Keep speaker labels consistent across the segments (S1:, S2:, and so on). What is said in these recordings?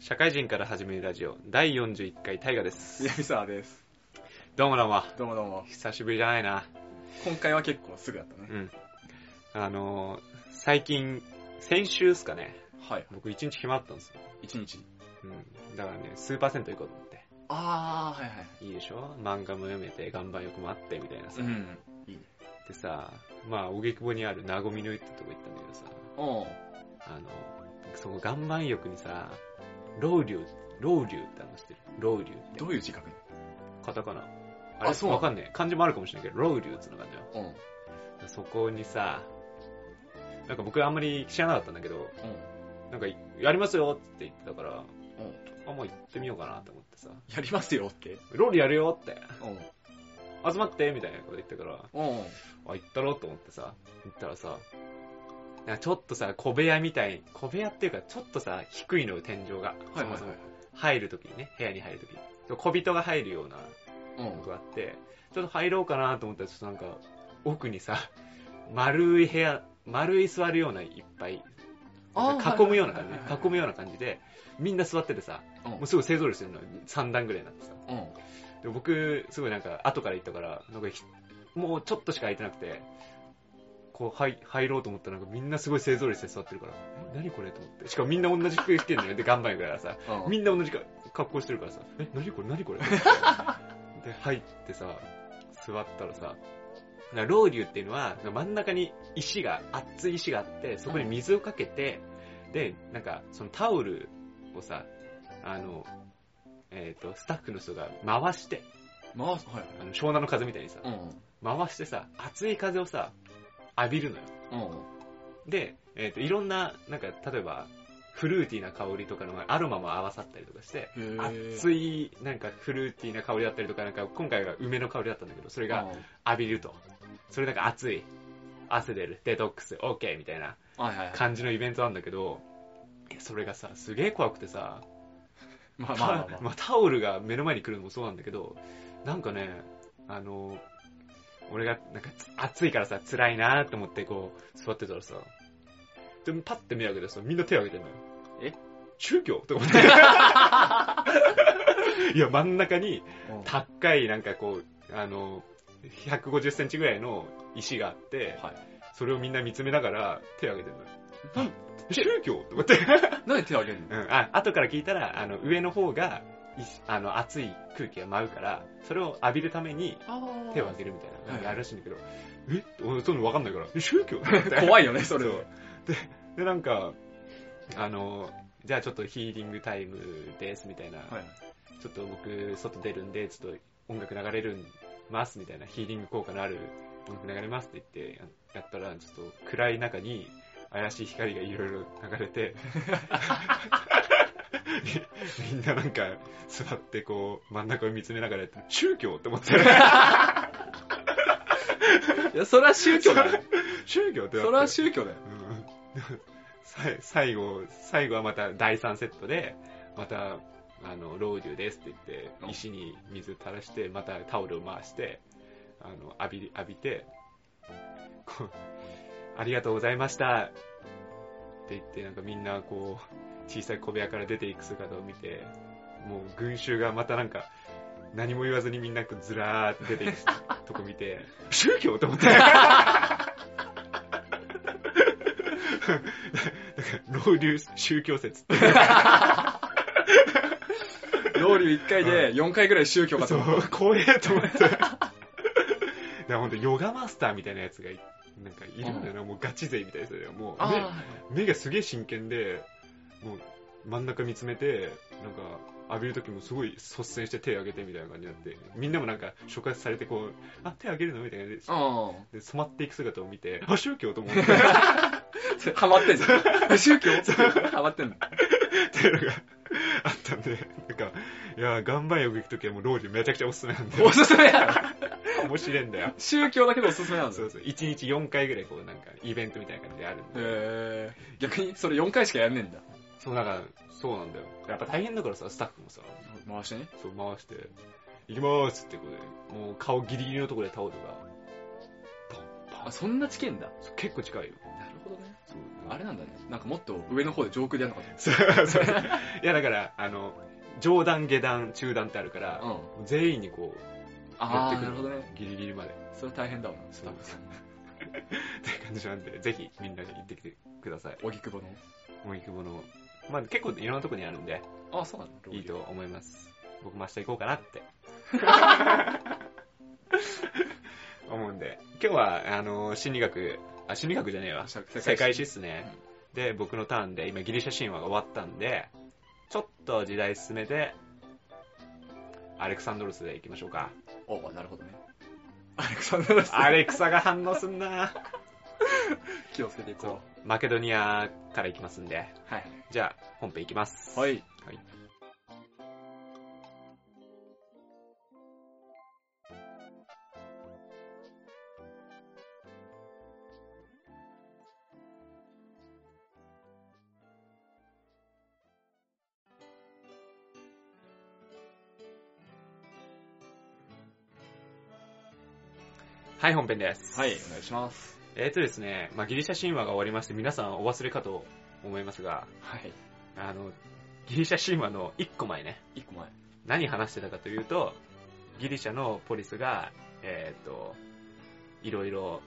S1: 社会人から始めるラジオ第41回大河です
S2: 南沢です
S1: どうもどうも
S2: どうもどうも
S1: 久しぶりじゃないな
S2: 今回は結構すぐだったね
S1: うんあのー、最近先週っすかね
S2: はい
S1: 僕一日暇だったんですよ、
S2: 一日
S1: うん、だからねスーパー銭湯行こうと思って
S2: ああはいはい
S1: いいでしょ漫画も読めて岩盤浴もあってみたいなさ、
S2: うんいい
S1: でさまあ荻窪にあるなごみの湯ってとこ行ったんだけどさ
S2: おう
S1: あのそこ岩盤浴にさ老流老流って話してる老流って
S2: どういう字書く
S1: カタカナ
S2: あ
S1: あれ
S2: そう
S1: わかんねえ漢字もあるかもしれないけど老流っつうのがあるじゃん
S2: のうん
S1: そこにさ、なんか僕あんまり知らなかったんだけど、なんか、やりますよって言ってたから、
S2: うんうん
S1: あ、もう行ってみようかなと思ってさ、
S2: やりますよって
S1: ロールやるよって、
S2: うん
S1: 集まってみたいなこと言ったから、
S2: うん
S1: あ、行ったろうと思ってさ、行ったらさ、なんかちょっとさ、小部屋みたい、小部屋っていうか、ちょっとさ、低いのよ、天井が。
S2: はいはいは
S1: そもそ
S2: い
S1: も入るときにね、部屋に入るときに。小人が入るような
S2: うん
S1: のがあって、ちょっと入ろうかなと思ったら、ちょっとなんか、奥にさ、 丸い部屋、丸い座るようないっぱい、
S2: あー
S1: 囲むような感
S2: はいはいはい
S1: じ、囲むような感じで、みんな座っててさ、
S2: うん
S1: もうすぐ勢ぞろいしてるの、3段ぐらいになってさ。
S2: うん
S1: で僕、すごいなんか、後から行ったから、なんかひ、もうちょっとしか空いてなくて、こう、はい、入ろうと思ったら、なんかみんなすごい勢ぞろいして座ってるから、え何これと思って。しかもみんな同じ服着てんのよ。で、頑張るからさ、
S2: うん
S1: みんな同じか格好してるからさ、え、何これ何こ れで、入ってさ、座ったらさ、なロウリュっていうのは、真ん中に石が、熱い石があって、そこに水をかけて、で、なんか、そのタオルをさ、あの、えっ、と、スタッフの人が回して、
S2: 回すはいはい
S1: あの湘南の風みたいにさ、
S2: うん
S1: 回してさ、熱い風をさ、浴びるのよ。
S2: うん
S1: で、えっ、と、いろんな、なんか、例えば、フルーティーな香りとかのアロマも合わさったりとかして、
S2: へー
S1: 熱い、なんかフルーティーな香りだったりとか、なんか今回は梅の香りだったんだけど、それが
S2: うん
S1: 浴びると。それなんか熱い、汗出る、デトックス、OK みたいな
S2: はいはいはい
S1: 感じのイベントなんだけど、いやそれがさ、すげえ怖くてさ、
S2: まあまあまあま
S1: まあタオルが目の前に来るのもそうなんだけど、なんかね、あの、俺がなんかつ暑いからさ、辛いなーって思ってこう、座ってたらさ、でもパッて目開けてさ、みんな手を挙げてんのよ。
S2: え
S1: 宗教と 思って。いや、真ん中に、
S2: あうん
S1: 高いなんかこう、あの、150センチぐらいの石があって、
S2: はい
S1: それをみんな見つめながら手を挙げてるのよ。宗教と思って。
S2: なんで手あげるの
S1: うん、あ、後から聞いたら、あの、上の方が、いあの、熱い空気が舞うから、それを浴びるために
S2: あ
S1: 手を挙げるみたいな、なん
S2: はい
S1: かあるらしいんだけど、え俺、そんなのわかんないから、え宗教
S2: 怖いよねそれ
S1: そ
S2: は
S1: うで、なんか、あの、じゃあちょっとヒーリングタイムです、みたいな、
S2: はい
S1: ちょっと僕、外出るんで、ちょっと音楽流れるんます、みたいな、ヒーリング効果のある音楽流れますって言って、ややったら、ちょっと暗い中に、怪しい光がいろいろ流れて、 みみんななんか、座ってこう、真ん中を見つめながらやって、宗教って思って、
S2: いやそれは宗教だよ
S1: 宗教って
S2: そ
S1: なって
S2: れは宗教だよ
S1: うん さい最後、最後はまた第3セットで、また、あの、老中ですって言って、石に水垂らして、またタオルを回して、あの、浴び、浴びて、こう、ありがとうございましたって言って、なんかみんなこう、小さい小部屋から出ていく姿を見て、もう群衆がまたなんか、何も言わずにみんなこうずらーって出ていくとこ見て、宗教と思って。 なんか、老流宗教説って。
S2: ロウリュ1回で4回ぐらい宗教かと
S1: そう
S2: 思っ、
S1: 怖えと思って。だからほんと、ヨガマスターみたいなやつがい、なんかいるんだよな、もうガチ勢みたいなやつだよ。も
S2: た
S1: う、
S2: あ
S1: 目目がすげえ真剣で、もう、真ん中見つめて、なんか、浴びる時もすごい率先して手挙げてみたいな感じになって、みんなもなんか、触発されてこう、あ、手挙げるのみたいな感じで
S2: あうん
S1: で、染まっていく姿を見て、あ、宗教と思って。
S2: ハマってんじゃん。 宗教ハマってんの。
S1: っていうのがあったんで、なんか、いや、岩盤浴行くときはもう老人めちゃくちゃおすすめなんで、
S2: おすすめやろ。
S1: 面白いんだよ。
S2: 宗教だけどおすすめなんだ
S1: そ
S2: よ。
S1: うそう、1日4回ぐらいこうなんかイベントみたいな感じであるんで、
S2: へー逆にそれ4回しかやんねえんだ。
S1: そうなんか、そうなんだよ。やっぱ大変だからさ、スタッフもさ、
S2: 回してね。
S1: そう回して、行きまーすってことで、もう顔ギリギリのところでタオルが、ポンポ
S2: あ、
S1: ン
S2: そんな地形んだ。
S1: そう結構近いよ。
S2: なるほどね。
S1: そう
S2: あれなんだね。なんかもっと上の方で上空でやるのか
S1: そうそう いやだからあの上段下段中段ってあるか
S2: と
S1: ら、
S2: 思った。うん。
S1: 全員にこう
S2: あ
S1: や
S2: あ
S1: っ
S2: ー、
S1: て
S2: な
S1: くる
S2: るほどね。
S1: ギリギリまでっ
S2: それ大変だわな。
S1: そう
S2: 多分
S1: て感じなんでぜひみんなに行ってきてください
S2: 荻窪の。
S1: 荻窪のまあ結構いろんなとこにあるんで
S2: あ、そうなんだ。
S1: いいと思います僕も明日行こうかなって 思うんで今日はあの心理学あ心理学じゃねえわ
S2: 世界史
S1: 世界史っすね、で僕のターンで今ギリシャ神話が終わったんでちょっと時代進めてアレクサンドロスで行きましょうか
S2: おうなるほどね。アレクサンダーです。
S1: アレクサが反応すんな
S2: 気をつけていこ
S1: そうマケドニアから行きますんで
S2: う。はい。
S1: じゃあ本編行きます
S2: はい。
S1: はい本編です
S2: はい、お願いします。
S1: えーとですね、まあ、ギリシャ神話が終わりまして皆さんお忘れかと思いますが
S2: はい。
S1: あのギリシャ神話の1個前ね
S2: 一個前。
S1: 何話してたかというとギリシャのポリスがえっ、といろいろ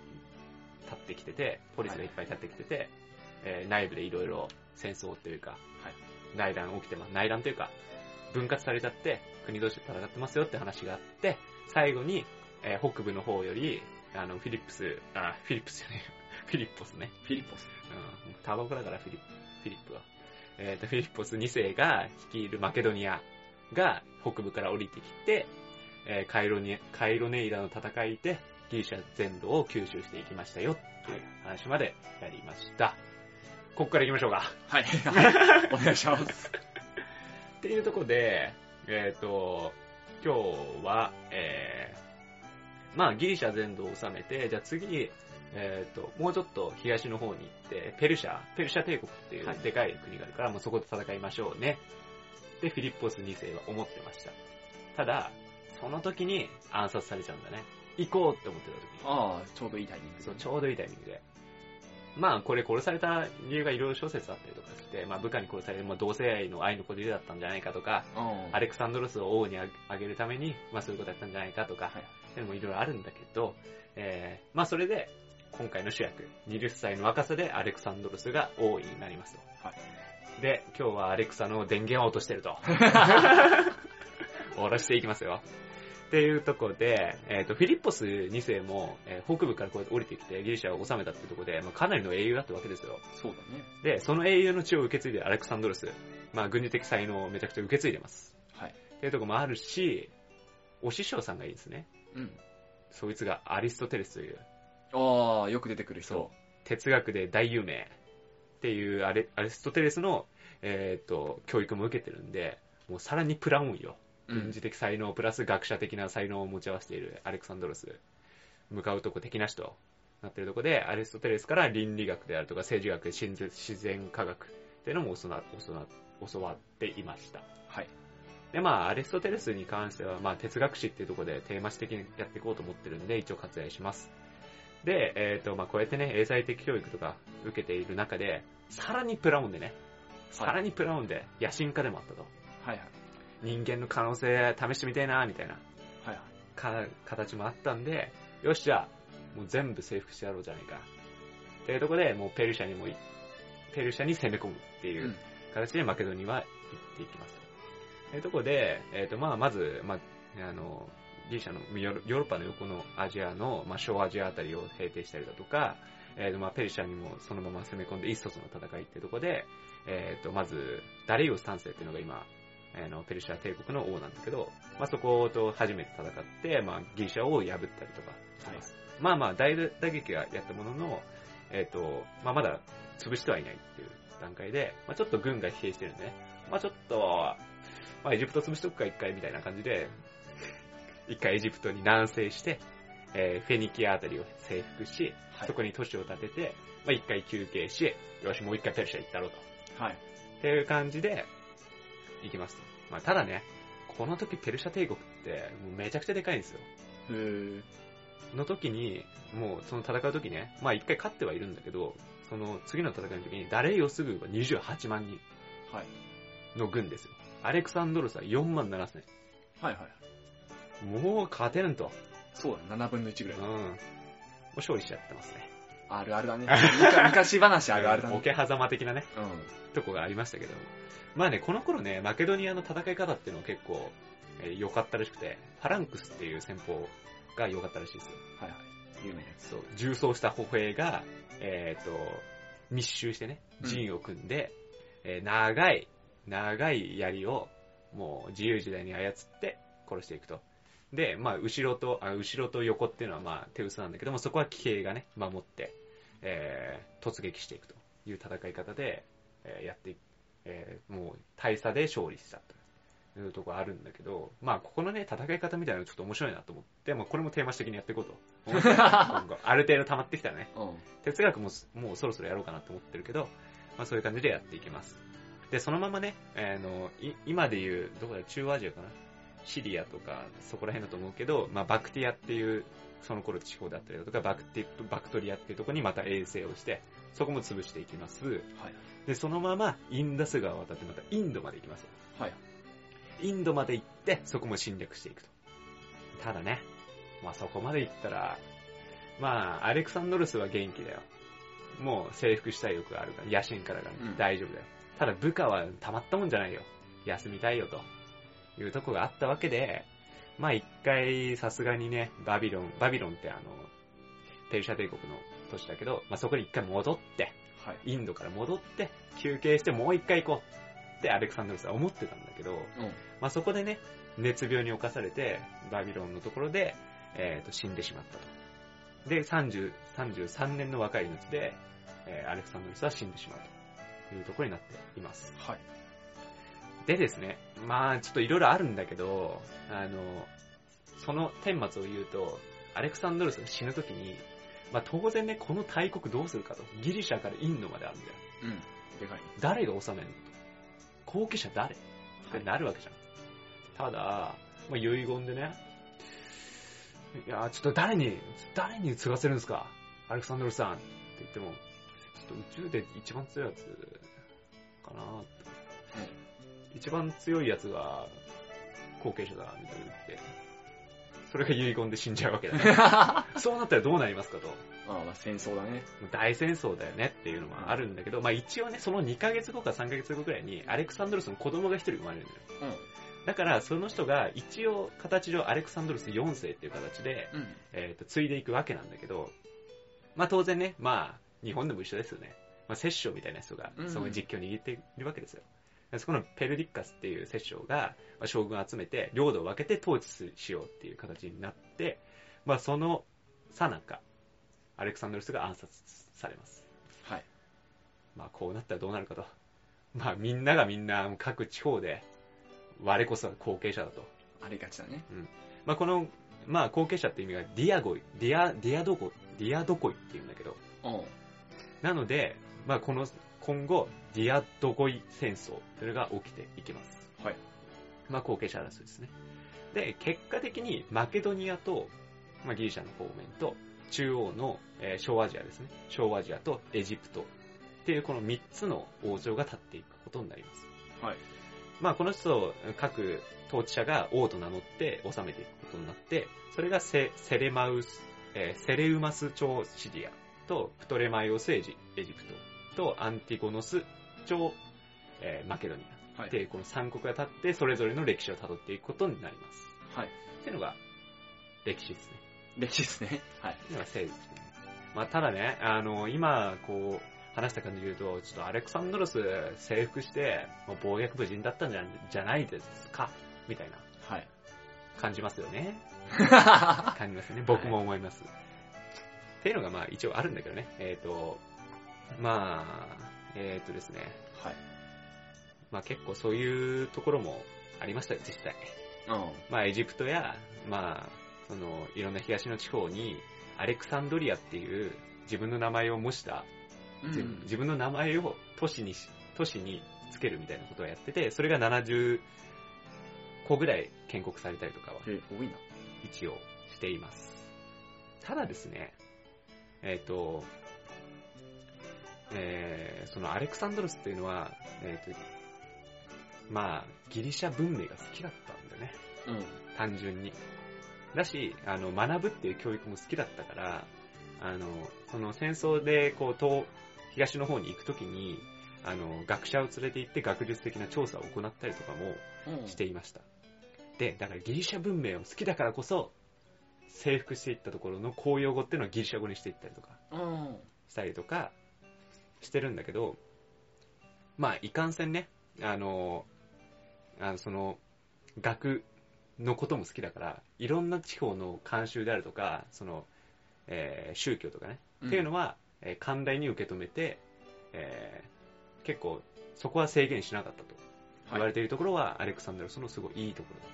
S1: 立ってきててポリスがいっぱい立ってきてて、えー内部でいろいろ戦争というか、内乱起きてます内乱というか分割されちゃって国同士で戦ってますよって話があって最後に、えー北部の方よりあのフィリップスあフィリップスじゃねえフィリッポスね
S2: フィリッポス。
S1: うんタバコだからフィリップフィリップは。えっ、と、フィリッポス2世が率いるマケドニアが北部から降りてきて、えーカイロニカイロネイラの戦いでギリシャ全土を吸収していきましたよっていう話までやりました。ここから行きましょうか。
S2: はい。お願いします。
S1: っていうとこで、えっ、と、今日は、えー、まあギリシャ全土を治めて、じゃあ次、えっ、と、もうちょっと東の方に行って、ペルシャ、ペルシャ帝国ってい
S2: はいう
S1: でかい国があるから、もうそこで戦いましょうね。で、フィリッポス2世は思ってました。ただ、その時に暗殺されちゃうんだね。行こうって思ってた時に。
S2: ああ、ちょうどいいタイミング。
S1: そう、ちょうどいいタイミングで。まあ、これ殺された理由がいろいろ諸説あったりとかして、まあ、部下に殺される、まあ、同性愛の愛の子でだったんじゃないかとか、
S2: うん。
S1: ア
S2: れ
S1: レクサンドロスを王にああげるために、まあ、そういうことやったんじゃないかとか、
S2: はい
S1: でもいろいろあるんだけど、えーまあ、それで、今回の主役、20歳の若さでアレクサンドロスが王位になりますと。
S2: は
S1: で、今日はアレクサの電源を落としてると。 下ろしていきますよ。っていうとこで、えっ、と、フィリッポス2世も、えー北部からこうやって降りてきてギリシャを治めたっていうとこで、まあ、かなりの英雄だったわけですよ。
S2: そうだね。
S1: で、その英雄の血を受け継いでるアレクサンドロス、まあ、軍事的才能をめちゃくちゃ受け継いでます。
S2: はい。
S1: っていうとこもあるし、お師匠さんがいいですね。
S2: うん。
S1: そいつがアリストテレスという、
S2: ああ、よく出てくる人
S1: そ。哲学で大有名っていうアレアリストテレスの、えっ、と、教育も受けてるんで、もうさらにプラオンよ。軍事的才能プラス学者的な才能を持ち合わせているアレクサンドロス。向かうとこ的な人となってるとこで、アリストテレスから倫理学であるとか政治学、神絶自然科学っていうのも教わ教わ教わっていました。
S2: はい。
S1: で、まあ、アリストテレスに関しては、まあ、哲学史っていうところでテーマ史的にやっていこうと思ってるんで、一応割愛します。で、えっ、と、まあ、こうやってね、英才的教育とか受けている中で、さらにプラオンでね、さらにプラオンで野心家でもあったと。
S2: はいはい。
S1: 人間の可能性試してみたいな、みたいな
S2: はいはい。。
S1: か形もあったんで、よっしゃ、もう全部征服してやろうじゃないか。っていうところで、もうペルシャにもい、ペルシャに攻め込むっていううん形でマケドニアは行っていきます。というところで、えっ、と、まあ、まず、まあ、あの、ギリシャの、ヨーロヨーロッパの横のアジアの、まあ、小アジアあたりを平定したりだとか、えっ、と、まあ、ペルシャにもそのまま攻め込んで、イッソスの戦いっていうところで、えっ、と、まず、ダレイオス3世っていうのが今、あの、ペルシャ帝国の王なんだけど、まあ、そこと初めて戦って、まあ、ギリシャを破ったりとかしてます。まあまあ、大打撃はやったものの、えっ、と、まあ、まだ潰してはいないっていう段階で、まあ、ちょっと軍が疲弊してるんでね。まあ、ちょっと、まあ、エジプト潰しとくか一回みたいな感じで、一回エジプトに南征して、えーフェニキアあたりを征服し、
S2: はい
S1: そこに都市を建てて、まあ、一回休憩し、よし、もう一回ペルシャ行ったろうと。
S2: はい。
S1: っていう感じで、行きますと。まあ、ただね、この時ペルシャ帝国って、もうめちゃくちゃでかいんですよ。
S2: へー
S1: の時に、もうその戦う時ね、まあ一回勝ってはいるんだけど、その次の戦いの時に、ダレイオス軍は28万人
S2: はい。
S1: の軍ですよ。アレクサンドロスは4万7千。
S2: はいはい。
S1: もう勝てんと。
S2: そうだね、7分の1ぐら
S1: う
S2: い
S1: ん。。もう勝利しちゃってますね。
S2: あるあるだね。 昔昔話あるあるだ
S1: オ
S2: ね。
S1: ケハザマ的なね、
S2: うん。
S1: とこがありましたけど。まあね、この頃ね、マケドニアの戦い方っていうのは結構えー良、かったらしくて、ファランクスっていう戦法が良かったらしいですよ。
S2: はいはい。有名なやつ。
S1: そう、重装した歩兵が、えっ、と、密集してね、
S2: うん
S1: 陣を組んで、えー長い、長い槍を、もう自由自在に操って殺していくと。で、まあ、後ろと、あ後ろと横っていうのは、まあ、手薄なんだけども、そこは騎兵がね、守って、えー突撃していくという戦い方で、えーやっていえーもう、大差で勝利したというところあるんだけど、まあ、ここのね、戦い方みたいなのちょっと面白いなと思って、まあ、これもテーマ史的にやっていこうと思って今後ある程度溜まってきたらね、
S2: うん。
S1: 哲学もすもうそろそろやろうかなと思ってるけど、まあそういう感じでやっていきます。で、そのままね、あの、い今でいう、どこだ、中央アジアかなシリアとか、そこら辺だと思うけど、まあバクティアっていう、その頃地方だったりだとか、バクティバクトリアっていうところにまた衛星をして、そこも潰していきます。
S2: はい
S1: で、そのままインダス川を渡ってまたインドまで行きます。
S2: はい。
S1: インドまで行って、そこも侵略していくと。ただね、まあそこまで行ったら、まあ、アレクサンドロスは元気だよ。もう征服したい欲があるから、野心からがね、
S2: うん
S1: 大丈夫だよ。ただ部下はたまったもんじゃないよ。休みたいよと。いうとこがあったわけで、まあ一回さすがにね、バビロン、バビロンってあの、ペルシャ帝国の都市だけど、まあそこに一回戻って、
S2: はい。
S1: インドから戻って、休憩してもう一回行こうってアレクサンドロスは思ってたんだけど、
S2: うん。
S1: まあ、そこでね、熱病に侵されて、バビロンのところで、えーと死んでしまったと。で、30 33年の若い命で、えーアレクサンドロスは死んでしまうというところになっています。
S2: はい。
S1: でですね、まあ、ちょっといろいろあるんだけど、あの、その顛末を言うと、アレクサンドロスが死ぬときに、まあ当然ね、この大国どうするかと。ギリシャからインドまであるんだよ。
S2: うん。でかいね。
S1: 誰が治めるのと。後継者誰って
S2: はい。
S1: なるわけじゃん。ただ、まあ、遺言でね、いやー、ちょっと誰に、誰に継がせるんですかアレクサンドルさんって言っても、ちょっと宇宙で一番強いやつかなーって一番強いやつが後継者だ、みたいな言って、それが遺言で死んじゃうわけだね。 そうなったらどうなりますかと。
S2: ああ、まあ戦争だね。
S1: 大戦争だよねっていうのもあるんだけど、まあ一応ね、その2ヶ月後か3ヶ月後くらいに、アレクサンドロスの子供が一人生まれるのよ。
S2: うん。
S1: だから、その人が一応、形上アレクサンドロス4世っていう形で、
S2: うん。
S1: えーと、継いでいくわけなんだけど、まあ当然ね、まあ、日本でも一緒ですよね。まあ、摂政みたいな人が
S2: うんう、ん
S1: その実況を握っているわけですよ。でそこのペルディッカスっていう摂政が、まあ将軍を集めて、領土を分けて統治しようっていう形になって、まあその最中アレクサンドロスが暗殺されます。
S2: はい。
S1: まあこうなったらどうなるかと。まあみんながみんな各地方で、我こそは後継者だと。
S2: ありがちだね。
S1: まあこの、まあ後継者って意味がディアゴイ、ディア、ディアドコ、ディアドコイって言うんだけど、
S2: うん。
S1: なので、まあこの、今後、ディアドコイ戦争というのが起きていきます。
S2: はい。
S1: まあ後継者争いですね。で、結果的にマケドニアと、まあギリシャの方面と、中央の、えー小アジアですね。小アジアとエジプトっていうこの3つの王朝が立っていくことになります。
S2: はい。
S1: まあ、この人、各統治者が王と名乗って治めていくことになって、それがセセレマウス、えーセレウマス朝シリアとプトレマイオ政治エジプトとアンティゴノス朝、えーマケドニ
S2: は
S1: ア
S2: い。
S1: で、この三国が立って、それぞれの歴史を辿っていくことになります。
S2: はい。
S1: っていうのが、歴史ですね。
S2: 歴史ですね。はい。
S1: 今政治まあ、ただね、あの、今、こう、話した感じで言うと、ちょっとアレクサンドロス征服して、もう暴虐無人だったんじゃじゃないですか、みたいな、
S2: はい。
S1: 感じますよね。
S2: は
S1: 感じますね。僕も思います。っていうのが、まあ、一応あるんだけどね。えっ、と、まあ、えっ、とですね、
S2: い。
S1: まあ結構そういうところもありましたよ、実際。
S2: うん。
S1: まあ、エジプトや、まあ、その、いろんな東の地方に、アレクサンドリアっていう自分の名前を模した、
S2: う
S1: 自
S2: ん
S1: 自分の名前を都市にし、都市につけるみたいなことをやってて、それが70個ぐらい建国されたりとかは、
S2: え、多いな。
S1: 一応しています。ただですね、えっ、と、えーそのアレクサンドロスっていうのは、えーとまあ、ギリシャ文明が好きだったんだよね。
S2: うん。
S1: 単純に。だし、あの、学ぶっていう教育も好きだったから、あの、その戦争で、こう、東、東の方に行くときに、あの、学者を連れて行って学術的な調査を行ったりとかも
S2: うん。
S1: していました。で、だからギリシャ文明を好きだからこそ、征服していったところの公用語っていうのはギリシャ語にしていったりとか、
S2: うん。
S1: したりとかしてるんだけど、まあ、いかんせんね、あの、あのその、学のことも好きだから、いろんな地方の慣習であるとか、その、えー宗教とかね、っていうのは、えー寛大に受け止めて、えー結構、そこは制限しなかったと言われているところは、アレクサンドロスのすごいいいところだと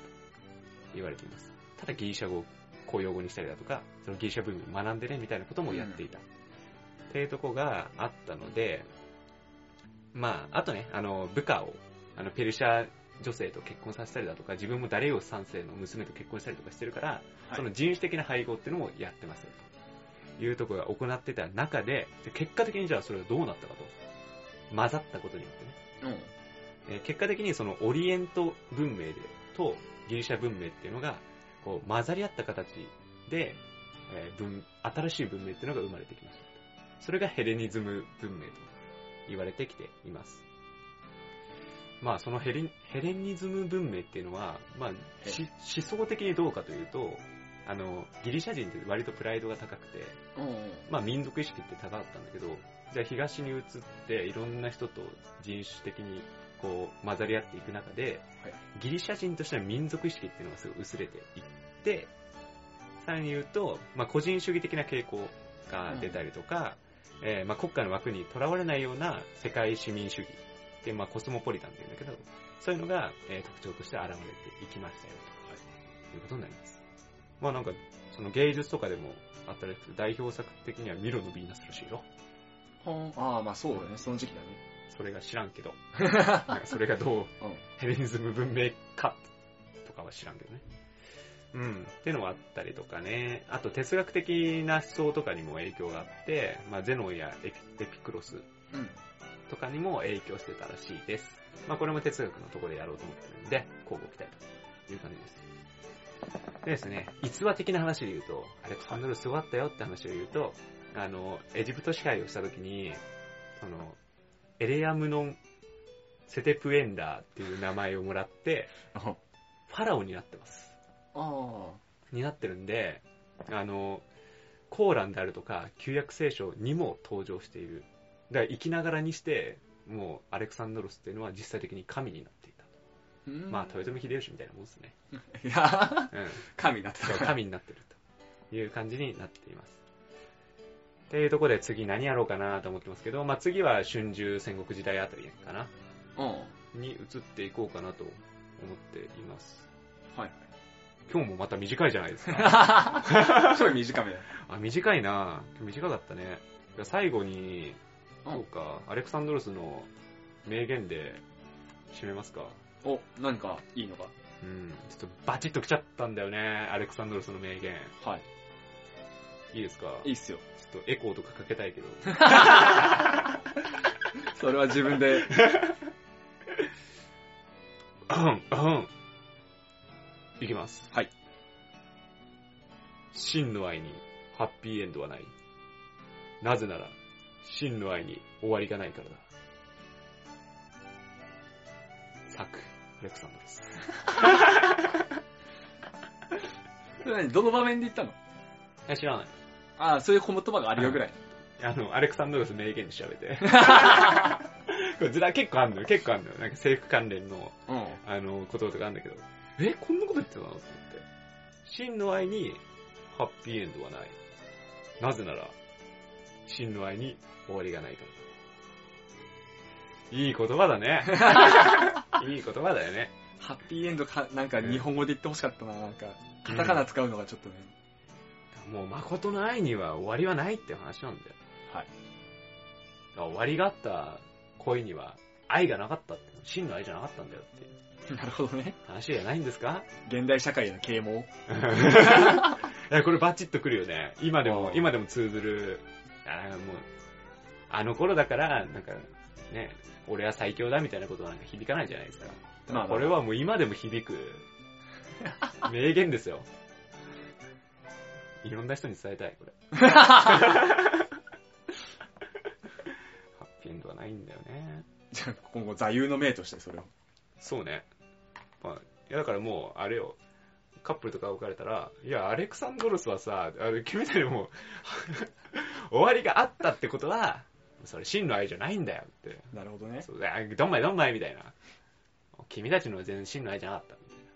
S1: 言われています。ただギリシャ語を公用語にしたりだとか、そのギリシャ文明を学んでねみたいなこともやっていた。っていうとこがあったので、まあ、あとね、あの、部下を、あの、ペルシャ女性と結婚させたりだとか、自分もダレオス3世の娘と結婚したりとかしてるから、
S2: はい
S1: その人種的な配合っていうのもやってますよというところが行ってた中で、で結果的にじゃあそれがどうなったかと。混ざったことによってね。
S2: うん。
S1: えー結果的にそのオリエント文明でとギリシャ文明っていうのがこう混ざり合った形で、えー文新しい文明っていうのが生まれてきました。それがヘレニズム文明と言われてきています。まあそのヘレンヘレニズム文明っていうのは、まあ、し思想的にどうかというと、あの、ギリシャ人って割とプライドが高くて、
S2: うん。うん。
S1: まあ民族意識って高かったんだけど、じゃあ東に移っていろんな人と人種的にこう混ざり合っていく中で、
S2: はい
S1: ギリシャ人としての民族意識っていうのがすごい薄れていって、さらに言うと、まあ個人主義的な傾向が出たりとか、えーまあ国家の枠にとらわれないような世界市民主義っていう、まあコスモポリタンっていうんだけど、そういうのが、えー特徴として現れていきましたよということになります。まあなんか、その芸術とかでもあったらしくて、代表作的にはミロのヴィーナスらしいよ。
S2: ほんああ、まあそうだね、その時期だね。
S1: それが知らんけ ど。なんかそれがどう、
S2: うん
S1: ヘレニズム文明かとかは知らんけどね。うん。ってのもあったりとかね。あと哲学的な思想とかにも影響があって、まあゼノンやエピエピクロス
S2: うん。
S1: とかにも影響してたらしいです。まあこれも哲学のところでやろうと思ってるんで、交互期待という感じです。でですね、逸話的な話で言うと、アレクサンドルすごかったよって話を言うと、あの、エジプト支配をした時に、その、エレアムノン・セテプエンダーっていう名前をもらって、
S2: あ
S1: ファラオになってます。
S2: あー。
S1: になってるんで、あの、コーランであるとか、旧約聖書にも登場している。だから生きながらにして、もうアレクサンドロスっていうのは実際的に神になっていた。
S2: うん
S1: まあ、豊臣秀吉みたいなもんですね。
S2: いや、
S1: うん。
S2: 神になって
S1: そう、
S2: た。
S1: 神になってるという感じになっています。っていうところで次何やろうかなと思ってますけど、まあ次は春秋戦国時代あたりかな、
S2: うん。はい
S1: に移っていこうかなと思っています。
S2: はい。
S1: 今日もまた短いじゃないですか。
S2: すごい 短めだよ。
S1: あ、短いな今日短かったね。じゃあ最後に、
S2: うん
S1: そうか、アレクサンドロスの名言で締めますか。
S2: お、何かいいのか。
S1: うん。ちょっとバチッと来ちゃったんだよね、アレクサンドロスの名言。
S2: はい
S1: いですか
S2: い。いいっすよ。
S1: ちょっとエコーとかかけたいけど。
S2: それは自分で。
S1: うん、うん。いきます。
S2: はい。
S1: 真の愛にハッピーエンドはない。なぜなら、真の愛に終わりがないからだ。作、アレクサンドです。
S2: それ何どの場面で言ったの
S1: え、知らない。
S2: ああ、そういう小言葉があるよぐらい。
S1: あの、アレクサンドロス名言で調べ て。これずら結構あんのよ、結構あんのよ。なんか制服関連の、
S2: うん。は
S1: あの、こととかあんだけど。え、こんなこと言ってたのと思って。真の愛にハッピーエンドはない。なぜなら、真の愛に終わりがないからだ。いい言葉だ ね。いい言葉だよね。
S2: ッピーエンドか、なんか日本語で言ってほしかったな、なんか。カタカナ使うのがちょっとね。
S1: もう誠の愛には終わりはないって話なんだよ。
S2: はい。
S1: だから終わりがあった恋には愛がなかったって、真の愛じゃなかったんだよっていう
S2: なるほどね。
S1: 話じゃないんですか
S2: 現代社会への啓蒙。
S1: いや、これバチッとくるよね。今で
S2: あ
S1: も、
S2: ー
S1: 今でも通ずる、あーもう、あの頃だから、なんか、ね、俺は最強だみたいなことはなんか響かないじゃないですか。
S2: まあまあ
S1: これはもう今でも響く、名言ですよ。 いろんな人に伝えたい、これ。 ハッピーエンドはないんだよね。
S2: じゃあ、 今後、座右の銘として、それを。
S1: そうね。まあ、いやだからもう、あれよ。カップルとか別れたら、いや、アレクサンドロスはさ、あれ、君たちもう、 終わりがあったってことは、それ真の愛じゃないんだよって。
S2: なるほどね。
S1: そうだ、あどんまいどんまいみたいな。君たちの全然真の愛じゃなかったみたいな。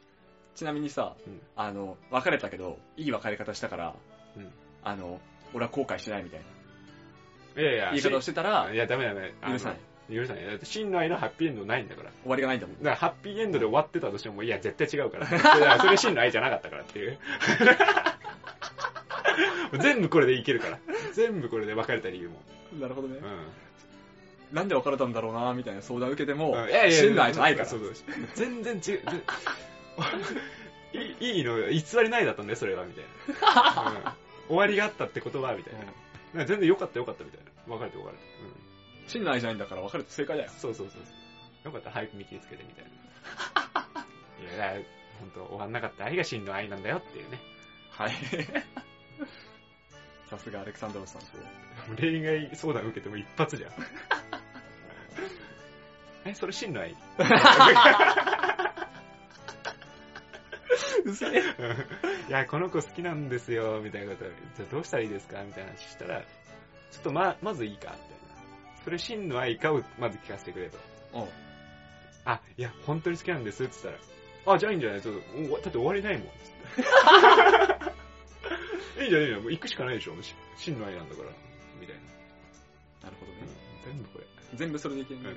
S2: ちなみにさ、
S1: うん
S2: あの、別れたけど、いい別れ方したから、
S1: うん
S2: あの、俺は後悔してないみたいない
S1: やいや、
S2: 言い方をし
S1: して
S2: たら、
S1: いや、ダメダメ。あの
S2: 許さない。。
S1: 許さない。だって真の愛のハッピーエンドないんだから。だか
S2: 終わりがないんだもん。
S1: らハッピーエンドで終わってたとしても、いや、絶対違う から。だからそれ真の愛じゃなかったからっていう。 全部これでいけるから。全部これで別れた理由も。
S2: なるほどね
S1: う。ん。
S2: なんで別れたんだろうな、みたいな相談受けて
S1: う
S2: も
S1: んいや、いや
S2: 真の愛じゃないから
S1: そ。うそう全然違う。ぜ いいいいの、偽りないだったんだよ、それは、みたいな。うん終わりがあったってことは、みたいな。なんか全然良かった良かったみたいな。別れて別れて。
S2: 真の愛じゃないんだから別れて正解だ
S1: うん。
S2: よ。
S1: そうそうそうそう。良かったら早く見切りつけてみ たいな。いや、だから本当終わんなかった愛が真の愛なんだよっていうね。
S2: はい。 さすがアレクサンドロスさんと。
S1: もう恋愛相談受けても一発じゃん。え、それ真の愛
S2: うせえ。
S1: いや、この子好きなんですよ、みたいなこと。じゃあどうしたらいいですかみたいな話したら、ちょっとま、まずいいかみたいな。それ真の愛かをまず聞かせてくれと。
S2: うん。
S1: あ、いや、本当に好きなんですって言ったら、あ、じゃあいいんじゃないちょっと、おだって終わりないもん。いいんじゃないいいんじゃないもう行くしかないでしょ。し真の愛なんだから。みたいな。
S2: なるほど
S1: うん
S2: ね。
S1: 全部これ。
S2: 全部それでいけるね
S1: うん。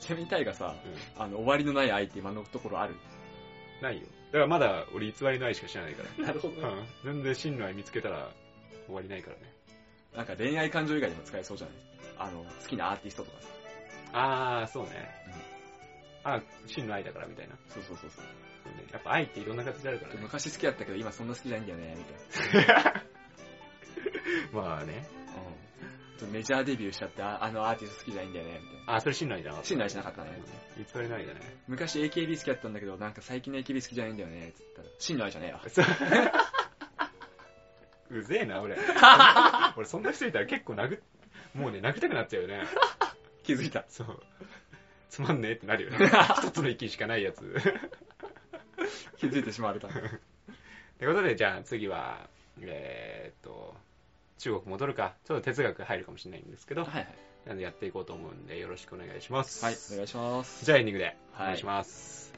S2: ちなみにタイがさ、あの、終わりのない愛って今のところある。
S1: ないよ。だからまだ俺偽りの愛しか知らないか
S2: なるほど
S1: ら。うん。全然真の愛見つけたら終わりないからね。
S2: なんか恋愛感情以外にも使えそうじゃないあの、好きなアーティストとかさ。
S1: あー、そうね。あ、真の愛だからみたいな。
S2: そうそうそうそう。
S1: そうねやっぱ愛っていろんな形あるからね。
S2: 昔好きだったけど今そんな好きじゃないんだよね、みたいな。
S1: まあね。
S2: うん。ちょっとメジャーデビューしちゃって、ああのアーティスト好きじゃないんだよね、みたいな。
S1: あ、それ真の愛じゃなかった。
S2: 真の愛じゃなかったね。
S1: 偽りの愛だね。
S2: 昔 AKB 好きだったんだけど、なんか最近の AKB 好きじゃないんだよね、つったら。真の愛じゃねえわ。
S1: そう。うぜえな、 俺。俺、そんな人いたら結構殴っ、もうね、殴りたくなっちゃうよね。
S2: 気づいた。
S1: そう。つまんねえってなるよね。一つの意見しかないやつ。
S2: 気づいてしまわれた。
S1: ということで、じゃあ次は、えーっと、中国戻るか。ちょっと哲学入るかもしれないんですけど、
S2: はいはい。
S1: なんでやっていこうと思うんで、よろしくお願いします。
S2: はい、お願いします。
S1: じゃあエンディングで、お
S2: はい
S1: 願いします。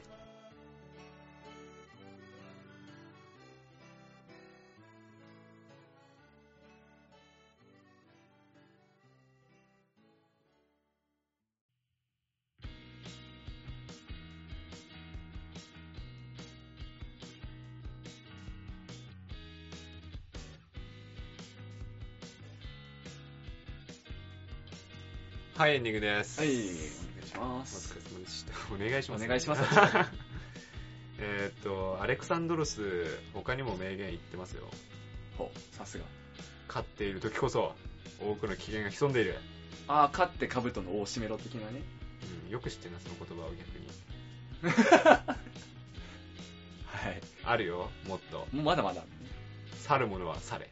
S1: はい、エンディングです。
S2: はい、お願いしま
S1: お疲
S2: す。
S1: れ様でした。お願いし
S2: お
S1: ます、
S2: 願いします。
S1: えーっと、アレクサンドロス、他にも名言言ってますよ。
S2: ほう、さすが。
S1: 勝っている時こそ、多くの危険が潜んでいる。
S2: あー、勝って兜の大締めろ的なね。
S1: うん、よく知ってるな、その言葉を逆に。
S2: はい。
S1: あるよ、もっと。
S2: もうまだまだ。
S1: 去るものは去れ。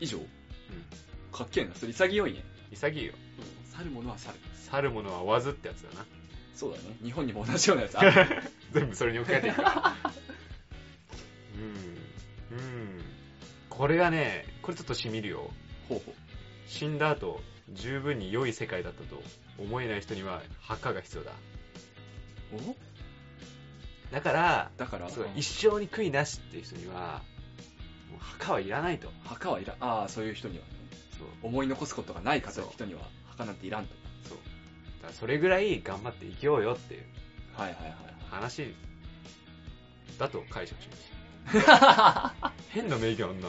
S2: 以上。かっけえな。それ潔いね。
S1: 潔いよ。
S2: 去るものは去る。
S1: 去るものは追わずってやつだな。
S2: そうだね。日本にも同じようなやつあ る。
S1: 全部それに置き換えていくから。うん。うん。これがね、これちょっとしみるよ。
S2: ほうほう。
S1: 死んだ後、十分に良い世界だったと思えない人には墓が必要だ。
S2: お
S1: だから、
S2: だから、
S1: そう
S2: うん
S1: 一生に悔いなしっていう人には、もう墓はいらないと。
S2: 墓はいら、あー、そういう人にはね。
S1: そう。
S2: 思い残すことがない方
S1: そう
S2: 人には墓なんていらんと。
S1: そう。だからそれぐらい頑張って生きようよっていう
S2: はいはいはい
S1: 話だと解釈しました。変な名言あんな。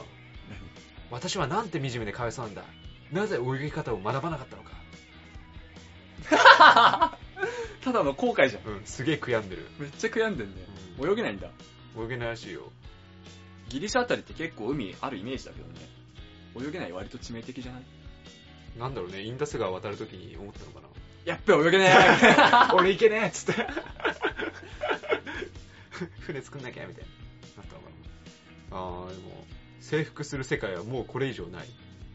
S1: 私はなんて惨めでかわいそうなんだ。なぜ泳ぎ方を学ばなかったのか。
S2: はい。ただの後悔じゃん。
S1: うん、すげえ悔やんでる。
S2: めっちゃ悔やんでんね。
S1: うん
S2: 泳げないんだ。
S1: 泳げないらしいよ。
S2: ギリシャあたりって結構海あるイメージだけどね。泳げない割と致命的じゃない
S1: なんだろうね、インダス川渡るときに思ったのかな。
S2: やっぱ泳げない
S1: 俺行けねえっつ って船作んなきゃみたいになったのかなあーでも征服する世界はもうこれ以上ない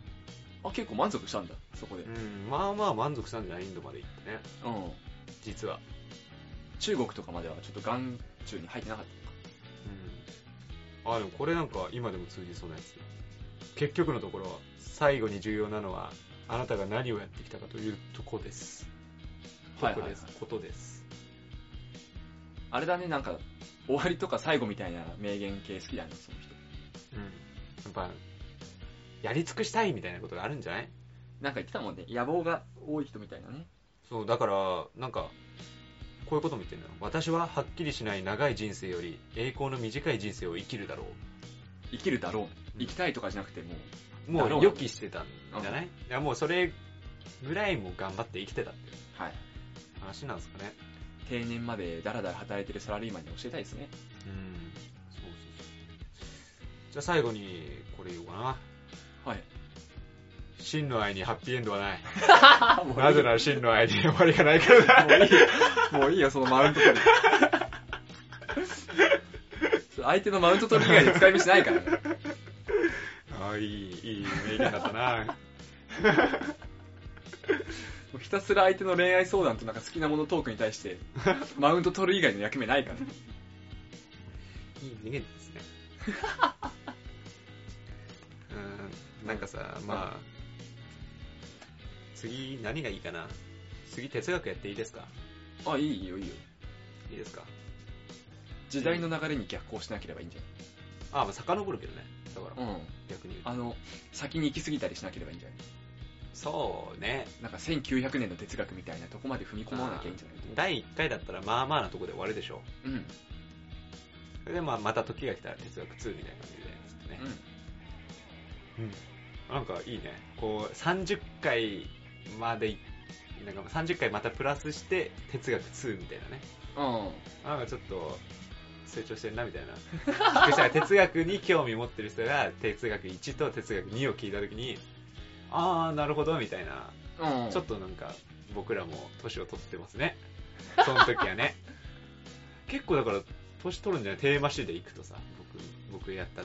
S2: あ、結構満足したんだ、そこで。
S1: うんまあまあ満足したんじゃないインドまで行ってね
S2: うん。
S1: 実は
S2: 中国とかまではちょっと眼中に入ってなかっ
S1: うんあでもこれなんか今でも通じそうなやつ結局のところ最後に重要なのはあなたが何をやってきたかというとこです
S2: た。
S1: とこですことです
S2: あれだね、なんか、終わりとか最後みたいな名言系好きだね、その人。
S1: うんやっぱやり尽くしたいみたいなことがあるんじゃない
S2: なんか言ってたもんね、野望が多い人みたいなね。
S1: そう、だから、なんか、こういうことも言ってんだよ。私ははっきりしない長い人生より栄光の短い人生を生きるだろ
S2: 生きるだろう。
S1: うん
S2: 生きたいとかじゃなくて、もう、
S1: う。も
S2: だろう
S1: う
S2: ね
S1: 予期してたんじゃない、いや、もうそれぐらいもう頑張って生きてたっていう
S2: はい。
S1: 話なんですかね。
S2: 定年までダラダラ働いてるサラリーマンに教えたい ですね。
S1: うん。そうそうそう。じゃあ最後に、これ言おうかな。
S2: はい。
S1: 真の愛にハッピーエンドはない。
S2: もういい
S1: なぜなら真の愛に終わりがないからだ。
S2: もうい いよ。もういいよ、そのマウント取り。相手のマウント取り以外で使い道ないからね。
S1: ああ、いい、いい名言だったな。
S2: もうひたすら相手の恋愛相談となんか好きなものトークに対して、マウント取る以外の役目ないから。
S1: いい名言ですね。うーん、なんかさ、まあ、次何がいいかな次哲学やっていいですか
S2: あ、いいよ、いいよ。
S1: いいですか
S2: 時代の流れに逆行しなければいいんじ
S1: あ、まあ遡るけどね。だから
S2: ゃ、ないうん。
S1: 逆に言うと。
S2: あの、先に行き過ぎたりしなければいいんじゃない
S1: そうね。
S2: なんか1900年の哲学みたいなとこまで踏み込まなきゃいいんじゃない
S1: 第1回だったらまあまあなとこで終わるでしょ
S2: うん。うん。
S1: う。それでまあまた時が来たら哲学2みたいな感じで、ちょっとね。うん。なんかいいね。こう、30回までい、なんか30回またプラスして哲学2みたいなね。
S2: うん。
S1: なんかちょっと成長してるなみたいな。そしたら哲学に興味持ってる人が哲学1と哲学2を聞いたときに、あー、なるほど、みたいな。
S2: うん。
S1: ちょっとなんか僕らも年を取ってますね。その時は ね。結構だから年取るんじゃないテーマ誌で行くとさ、僕、僕やった、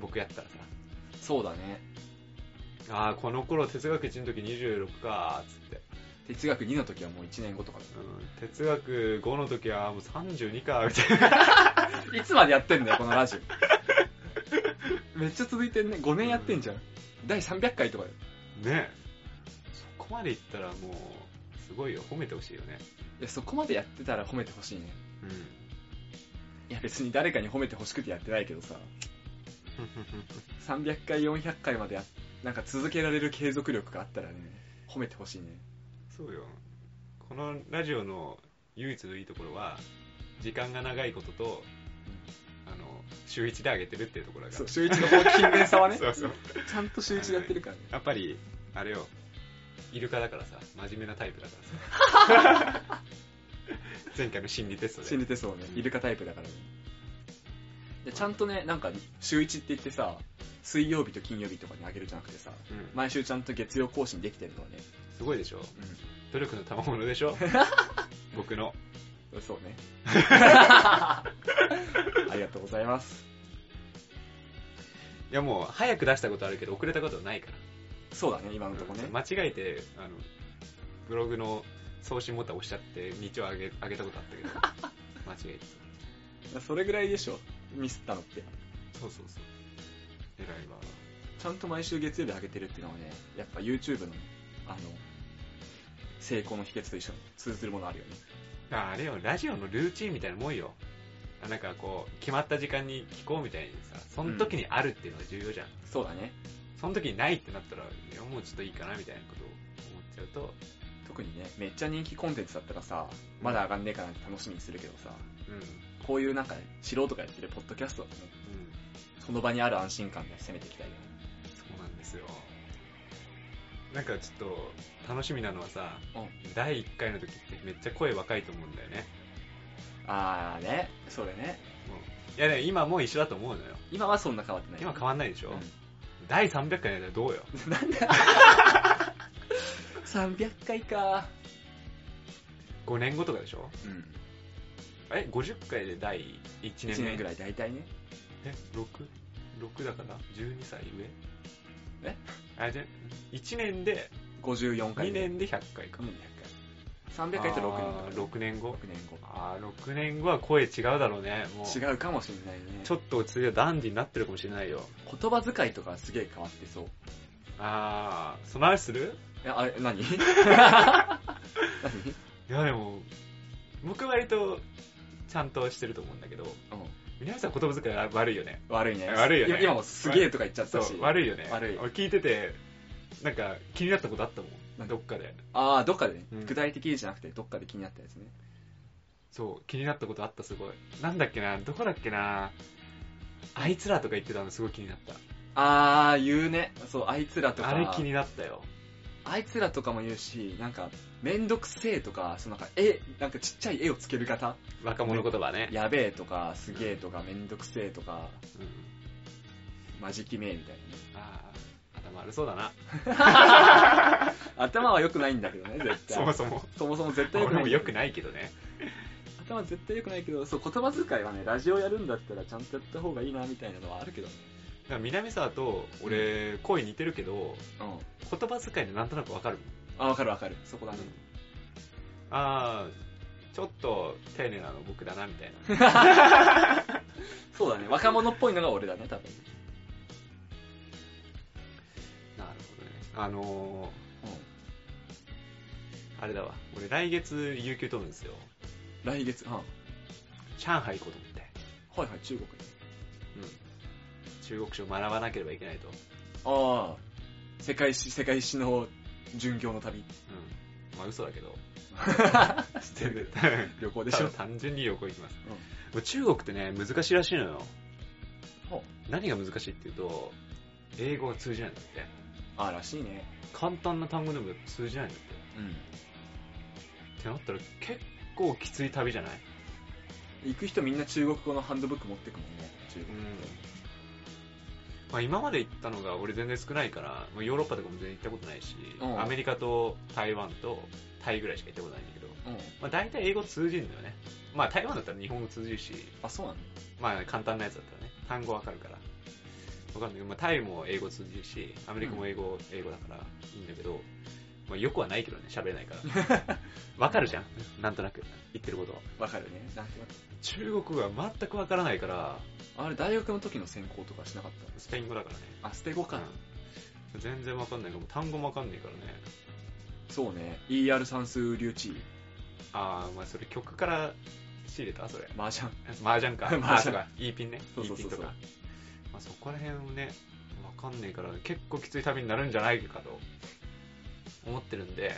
S1: 僕やったらさ、
S2: そうだね。
S1: あー、この頃哲学1の時26か、つって。
S2: 哲学2の時はもう1年後とかだ
S1: うん、哲学5の時はもう32か、みたいな。
S2: いつまでやってんだよ、このラジオ。めっちゃ続いてんね。5年やってんじゃん。第300回とかだよ。
S1: ねそこまでいったらもうすごいよ褒めてほしいよね
S2: いや、そこまでやってたら褒めてほしいね。
S1: うん
S2: いや、別に誰かに褒めてほしくてやってないけどさ。300回、400回までや、なんか続けられる継続力があったらね、褒めてほしいね。
S1: そうよこのラジオの唯一のいいところは時間が長いことと、あの週一で上げてるっていうところが
S2: そう、週1のこの勤勉さはね。
S1: そうそう
S2: ちゃんと週1でやってるからね。
S1: やっぱりあれよイルカだからさ真面目なタイプだから さ前回の心理テストで
S2: 心理テストもね、イルカタイプだからね。いやちゃんとね、なんか、週1って言ってさ、水曜日と金曜日とかにあげるじゃなくてさ、
S1: うん
S2: 毎週ちゃんと月曜更新できてるのはね、
S1: すごいでしょ努力の賜物でし ょ僕の
S2: うん、そう ね。ありがとうございます。
S1: いやもう早く出したことあるけど遅れたことはないから
S2: そうだね、今のとこね。
S1: 間違えてあのブログの送信ボタン押しちゃって日を上げ上げたことあったけ ど間違えて
S2: それぐらいでしょ、ミスったのって。
S1: たそうそうそう偉いわ
S2: ちゃんと毎週月曜日上げてるっていうのはね、やっぱ YouTube の、あの、成功の秘訣と一緒に通ずるものあるよね。
S1: ああれよラジオのルーチンみたいなもんよあなんかこう決まった時間に聞こうみたいにさその時にあるっていうのが重要じゃん、
S2: そうだね。
S1: その時にないってなったらいやもうちょっといいかなみたいなことを思っちゃうと
S2: 特にね、めっちゃ人気コンテンツだったらさ、まだ上がんねえかなって楽しみにするけどさ、
S1: うん、うん、
S2: こういうなんか、素人がやってるポッドキャストだとね、その場にある安心感で攻めていきたいよね。
S1: そうなんですよなんかちょっと楽しみなのはさ、
S2: う
S1: 第1回の時ってめっちゃ声若いと思うんだよね
S2: あーね、それね。
S1: いやね、今もう一緒だと思うのよ。
S2: 今はそんな変わってない。
S1: 今変わんないでしょ、
S2: うん
S1: 第300回やったらどうよ。
S2: なんで300回か
S1: 5年後とかでしょ
S2: うん
S1: え、50回で第1年目
S2: 1年ぐ
S1: らい。
S2: らい大体ね
S1: え、6、6だから12歳上
S2: え
S1: あ、じゃ、1年で、
S2: 54回
S1: 2年で100回か
S2: う。ん100回300回って6年だから
S1: 6年後
S2: 6年後
S1: あー6年後は声違うだろうね。もう。
S2: 違うかもしれないね
S1: ちょっと落ち着いてダンディになってるかもしれないよ。
S2: 言葉遣いとかすげえ変わってそう
S1: あー、その話する
S2: えあれ 何何
S1: いやでも、僕割とちゃんとしてると思うんだけど、
S2: うん
S1: 皆さん言葉遣いが悪いよね。
S2: 悪いね
S1: 悪いよね
S2: 今今もすげえとか言っちゃっ
S1: そ
S2: たし
S1: う、悪いよね。
S2: 悪い
S1: 俺聞いてて、なんか気になったことあったも
S2: なん
S1: ん。
S2: か
S1: どっかで。
S2: ああどっかでね、
S1: うん
S2: 具体的じゃなくてどっかで気になったやつね
S1: そう、気になったことあったすごい。なんだっけな、どこだっけな、あいつらとか言ってたのすごい気になった。
S2: ああ言うねそうあいつらとか
S1: あれ気になったよ。
S2: あいつらとかも言うしなんかめんどくせえとかそのなんか絵なんかちっちゃい絵をつける方
S1: 若者言葉ね。
S2: やべえとかすげえとかめんどくせえとか
S1: うん。
S2: まじきめえみたいなね
S1: あー、頭悪そうだな。
S2: 頭は良くないんだけ どね絶対
S1: そもそも。
S2: そもそも絶対良く
S1: 俺
S2: ない
S1: も良くないけどね。
S2: 頭絶対良くないけどそう言葉遣いはねラジオやるんだったらちゃんとやった方がいいなみたいなのはあるけどね
S1: だから南沢と俺、声似てるけど、
S2: うん
S1: 言葉遣いでなんとなくわかるもん。
S2: あ分かる分かるそこだね
S1: あー、ちょっと丁寧なの僕だな、みたいな。
S2: そうだね若者っぽいのが俺だね多分
S1: なるほどね。あのー、あれだわ。俺来月、有給取るんですよ。
S2: 来月うんはい
S1: 上海行こうと思って。
S2: はい中国
S1: 中国史を学ばなければいけないと。
S2: ああ世界史世界史の巡業の旅
S1: うん。まあ嘘だけど。
S2: してる 旅行で
S1: で
S2: し
S1: し
S2: ょ
S1: ょ単純に旅行行きます。もう中国ってね、難しいらしいのよ。
S2: ほう
S1: 何が難しいっていうと、英語が通じないんだって。
S2: ああらしいね
S1: 簡単な単語でも通じないんだって。
S2: うん
S1: ってなったら結構きつい旅じゃない
S2: 行く人みんな中国語のハンドブック持ってくもんね中
S1: う
S2: 国
S1: ん、まあ、今まで行ったのが俺全然少ないからもうヨーロッパとかも全然行ったことないし、
S2: うん
S1: アメリカと台湾とタイぐらいしか行ったことないんだけど、
S2: うん
S1: まあ、大体英語通じるんだよねまあ台湾だったら日本語通じるし
S2: あそうなんだ
S1: まあ簡単なやつだったらね単語わかるからわかるんだけど、まあ、タイも英語通じるしアメリカも英語、英語だからいいんだけど、まあ、よくはないけどね喋れないから わかるじゃんなんとなく言ってること
S2: わかるねなんか
S1: 中国語は全くわからないから
S2: あれ大学の時の専攻とかしなかった
S1: スペイン語だからね
S2: あ捨て子か、
S1: うん全然わかんないからもう単語もわかんないからね
S2: そうね ER 算数流地
S1: ああまあそれ曲から仕入れたそれ
S2: 麻雀
S1: 麻雀か あ
S2: 麻雀
S1: ーそうか E ピンね
S2: そうそう
S1: E
S2: そ
S1: ピ
S2: うそ
S1: ン
S2: う
S1: とか、まあ、そこら辺をねわかんないから結構きつい旅になるんじゃないかと思ってるんで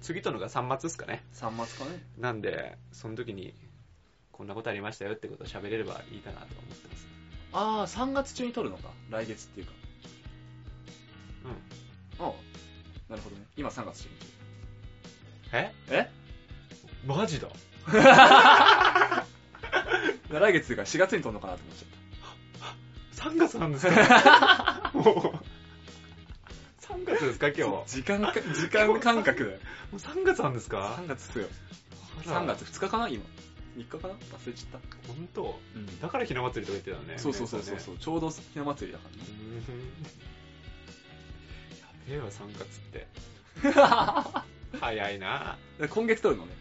S1: 次とのが3末っすかね
S2: 三末かね
S1: なんでその時にこんなことありましたよってことを喋れればいいかなと思ってます
S2: ああ3月中に取るのか来月っていうかうんああなるほどね今3月中に
S1: え
S2: え
S1: マジだ
S2: 来月っていうか4月に取るのかなと思っちゃっ
S1: 3月なんですか もう3月ですか今日も
S2: た時間か時間感覚だ よ
S1: う3月なんですか
S2: 3月っすよ
S1: あら
S2: 3月2日かな今3日かな忘れちゃった、
S1: 本当だからひな祭りとか言ってたのね
S2: そうそうそうそう
S1: 皆さ
S2: そ
S1: ん
S2: う、ちょうどひな祭りだからね
S1: ねうーんやべえわ3月 って早いな
S2: で今月取るのね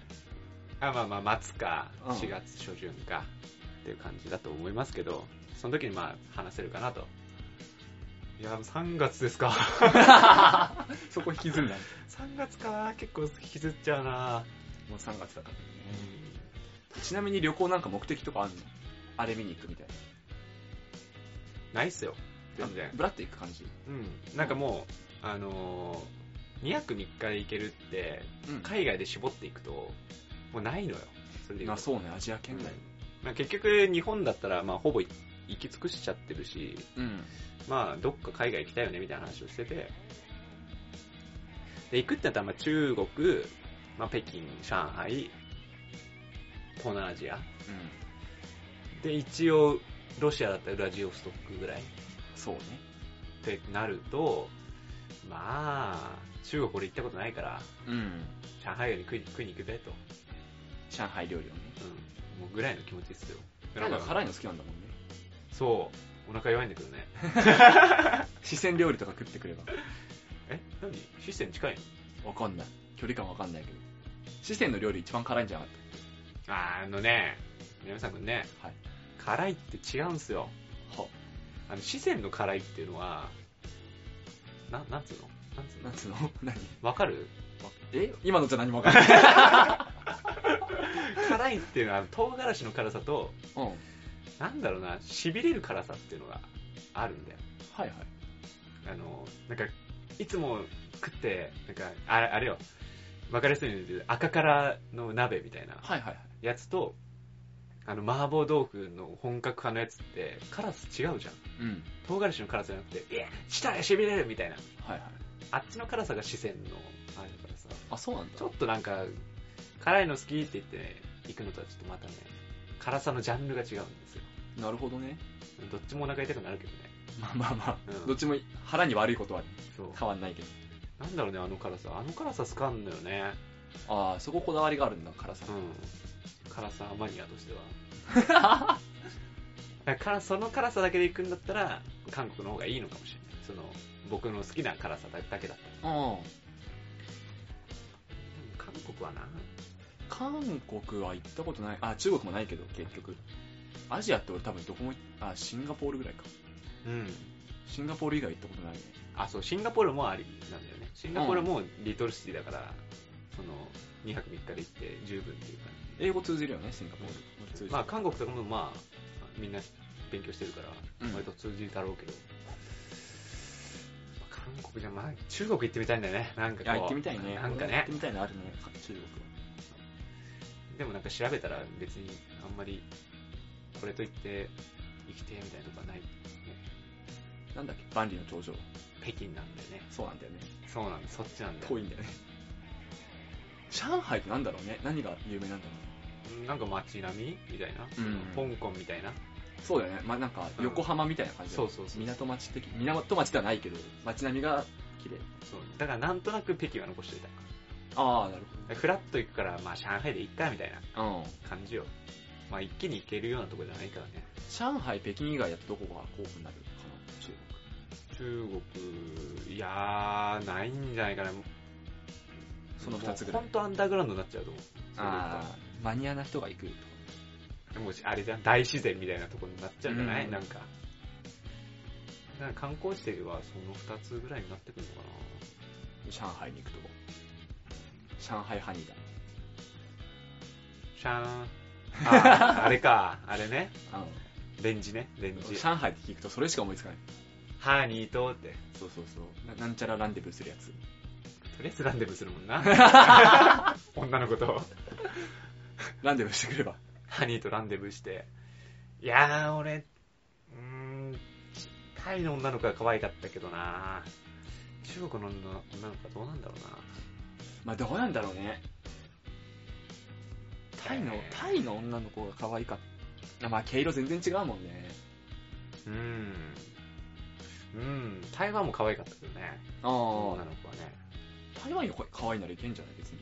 S1: あまあまあ末か
S2: うん
S1: 4月初旬かっていう感じだと思いますけどその時にまあ話せるかなといや3月ですか
S2: そこ引きずんだも
S1: 3月か結構引きずっちゃうな
S2: う3月だからちなみに旅行なんか目的とかあんのあれ見に行くみたいな
S1: ないっすよ全然
S2: あブラッと行く感じ
S1: うん、なんかもう、あのー、2泊3日で行けるって、
S2: うん
S1: 海外で絞っていくと、もうないのよ。それで言
S2: あ
S1: うと
S2: そうねアジア圏内
S1: まあ結局、日本だったら、まあ、ほぼ行き尽くしちゃってるし、
S2: うん
S1: まあ、どっか海外行きたいよね、みたいな話をしてて、で、行くってなったら、まあ、中国、まあ、北京、上海、東南アジア。
S2: うん
S1: で、一応、ロシアだったらウラジオストックぐらい。
S2: そうね
S1: ってなると、まあ、中国俺行ったことないから、
S2: うん。
S1: 上海より食いに食いに行くぜと、
S2: 上海料理をね。
S1: うん、もうぐらいの気持ちですよ。
S2: なんか辛いの好きなんだもんね。
S1: そう、お腹弱いんだけどね。
S2: 四川料理とか食ってくれば。
S1: え、何システム近いの
S2: わかんない。距離感わかんないけど。四川の料理一番辛いんじゃなかっ
S1: あーあのね、皆さんくんね、
S2: はい
S1: 辛いって違うんすよ。
S2: たは
S1: あの、四川の辛いっていうのは、な、なんつうのなんつう
S2: な
S1: の
S2: んつうの 何
S1: わかる
S2: え今のじゃ何もわかんない。
S1: 辛いっていうのは、唐辛子の辛さと、
S2: うん。はい
S1: なんだろうな、痺れる辛さっていうのがあるんだよ。
S2: はい。
S1: あの、なんか、いつも食って、なんか、あれあれよ、わかりやすいので言うと赤辛の鍋みたいな
S2: はいはいはい。
S1: やつと、あの、麻婆豆腐の本格派のやつって、辛さ違うじゃん。
S2: うん。
S1: 唐辛子の辛さじゃなくて、え舌が痺れるみたいな。
S2: はいはい。
S1: あっちの辛さが四川のあれだからさ、
S2: あ、そうなんだ。
S1: ちょっとなんか、辛いの好きって言って、行くのとはちょっとまたね、辛さのジャンルが違うんですよ。
S2: なるほどね。
S1: どっちもお腹痛くなるけどね。
S2: まあまあま
S1: うん
S2: あ。どっちも腹に悪いことは
S1: そう。
S2: 変わんないけど。
S1: なんだろうね、あの辛さ。あの辛さ好かんのよね。
S2: ああ、そここだわりがあるんだ、辛さ
S1: う。ん。辛さマニアとしては。 だからその辛さだけで行くんだったら、韓国の方がいいのかもしれない。その、僕の好きな辛さだだけだったら。
S2: う
S1: で
S2: ん。
S1: も韓国はな、
S2: 韓国は行ったことない。あ、中国もないけど、結局。アジアって俺多分どこも、あ、シンガポールぐらいか。
S1: うん。
S2: シンガポール以外行ったことないね。
S1: あ、そう、シンガポールもありなんだよね。シンガポールもリトルシティだから、その、2泊3日で行って十分っていう感
S2: 英語通じるよね、シンガポール。通じ
S1: じ。
S2: る
S1: まあ、韓国とかもまあ、みんな勉強してるから
S2: う、ん
S1: 割と通じるだろうけど。まあ韓国じゃ、まあ、中国行ってみたいんだよね。なんか
S2: いや、
S1: こう。
S2: 行ってみたいね。
S1: なんか
S2: 行っ
S1: ね
S2: て。みたいのあるね、中国は。
S1: でもなんか調べたら別にあんまり、これといって生きてみたいなとかない。
S2: なんだっけ、万里の長城。
S1: 北京なんだよね。
S2: そうなんだよね。
S1: そうなんだ、そっちなんだよ。
S2: 遠いんだよね。上海ってなんだろうね。何が有名なんだろ
S1: なんか街並みみたいな。
S2: うん
S1: 香港みたいな。
S2: う。そうだよね。まあ、なんか、横浜みたいな感じだ
S1: そ
S2: よ
S1: う
S2: ね
S1: そうそう。
S2: 港町的、港町ではないけど、街並みが綺麗。
S1: そうだからなんとなく北京は残しておいた
S2: ああ、なる
S1: フラッと行くからまあ上海で行っかみたいな
S2: ほど。うん。
S1: 感じよまあ一気に行けるようなとこじゃないからね
S2: 上海、北京以外だとどこが候補になるかな、中
S1: 中国いやーないんじゃないかな
S2: その二つぐらい
S1: 本当アンダーグラウンドになっちゃうと思う
S2: 国。ああ、マニアな人が行く。
S1: それで言うともうあれじゃん大自然みたいなとこになっちゃうんじゃない、
S2: うん
S1: なんかだから観光地ではその2つぐらいになってくるのか
S2: 上海に行くとこ。上海ハニーだ。
S1: なシャーンあ ーあれかあれね
S2: あ
S1: レンジねレン
S2: の、
S1: ジ
S2: 上海って聞くとそれしか思いつかない。
S1: ハーニーとって
S2: そうそうそう。ななんちゃらランデブーするやつ。
S1: とりあえずランデブーするもん な。女の子と、
S2: ランデブーしてくれば。
S1: ハニーとランデブーして。いやー、俺、うーん、タイの女の子が可愛かったけどな中国の女の子はどうなんだろうな
S2: まあどうなんだろうね。タイの
S1: え、ー
S2: タイの女の子が可愛かった。まあ毛色全然違うもんね。
S1: うーん。うん、台湾も可愛かったけどね。
S2: あ
S1: 女の子はね。
S2: あ、台湾の子可愛いならいけんじゃない別に。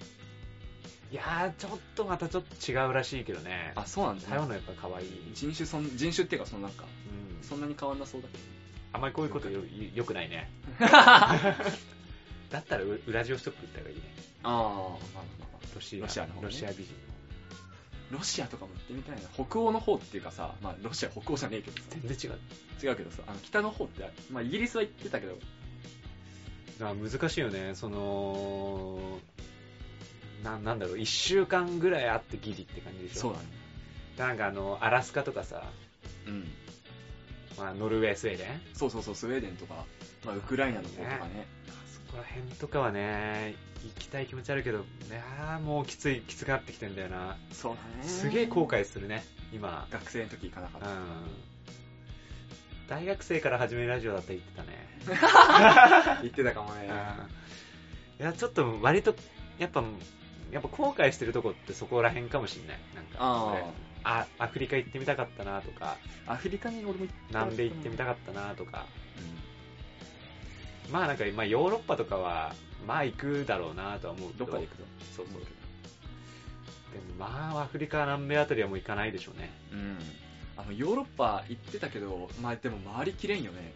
S1: いやー、ちょっとまたちょっと違うらしいけどね。
S2: あ、そうなんだ。
S1: 台湾のやっぱ可愛い。
S2: 人種そん、人種っていうかそのなんか、
S1: うん。
S2: そんなに変わんなそうだけど。
S1: あんまりこういうことよよくない ね。だったらうウラジオストック行った方がいいね。
S2: ああ、まあまあまあまあ。
S1: ロシア
S2: ロシアの方ね
S1: ロシア美人の。
S2: ロシアとかも行ってみたいな。北欧の方っていうかさ、まあロシア北欧じゃねえけどさ。
S1: 全然違う。
S2: 違うけどさ、あの北の方って、まあイギリスは行ってたけど、
S1: あ難しいよね、その、ななんだろう、一週間ぐらいあってギリって感じでしょ。
S2: そうだね。
S1: なんかあの、アラスカとかさ、
S2: うん。
S1: まあ、ノルウェー、スウェーデンあ
S2: そうそうそう、スウェーデンとか、まあ、ウクライナの方とかね。
S1: そこら辺とかはね、行きたい気持ちあるけど、いやーもうきつい、きつくなってきてんだよな。
S2: そうだね
S1: すげえ後。悔するね、今。
S2: 学生の時行かなか
S1: う
S2: っ
S1: ん
S2: た。。
S1: 大学生から始めるラジオだったら言ってたね。
S2: 行ってたかもね。
S1: いや、ちょっと割と、やっぱ、やっぱ後悔してるとこってそこら辺かもしんない。なんか、
S2: あ
S1: 俺あアフリカ行ってみたかったなとか、
S2: アフリカに俺も行った。
S1: 南米行ってみたかったなとか、
S2: う
S1: まあなんか、まあ、ヨーロッパとかは、まあ行くだろうなとは思うけ
S2: どっかで行
S1: く
S2: くと
S1: そう
S2: 思
S1: そうう
S2: け。ど
S1: でもまあ、アフリカ、南米あたりはもう行かないでしょうね。
S2: うんあのヨーロッパ行ってたけど、まあ、でも回りきれんよね、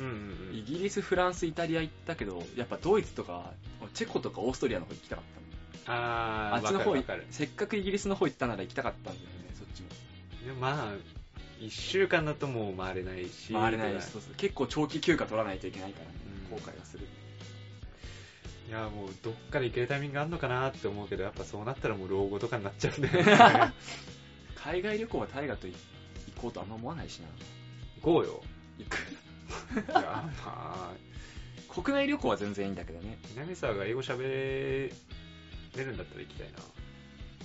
S1: うんうんう
S2: イ
S1: ん。
S2: ギリスフランスイタリア行ったけどやっぱドイツとかチェコとかオーストリアの方行きたかった
S1: あー、
S2: あっちの方
S1: わかるわかる。
S2: せっかくイギリスの方行ったなら行きたかったんだよねそっちも
S1: でもまあ、1週間だともう回れないし。
S2: 回れないし
S1: し。
S2: そうそう結構長期休暇取らないといけないからね、
S1: うん
S2: 後悔はする
S1: いや、もうどっかで行けるタイミングあんのかなって思うけど、やっぱそうなったらもう老後とかになっちゃうんだ よね。
S2: 海外旅行は大河とい行こうとあんま思わないしな
S1: 行こうよ。
S2: 行く
S1: いや、まあ、
S2: 国内旅行は全然いいんだけどね
S1: 南沢が英語喋れるんだったら行きたい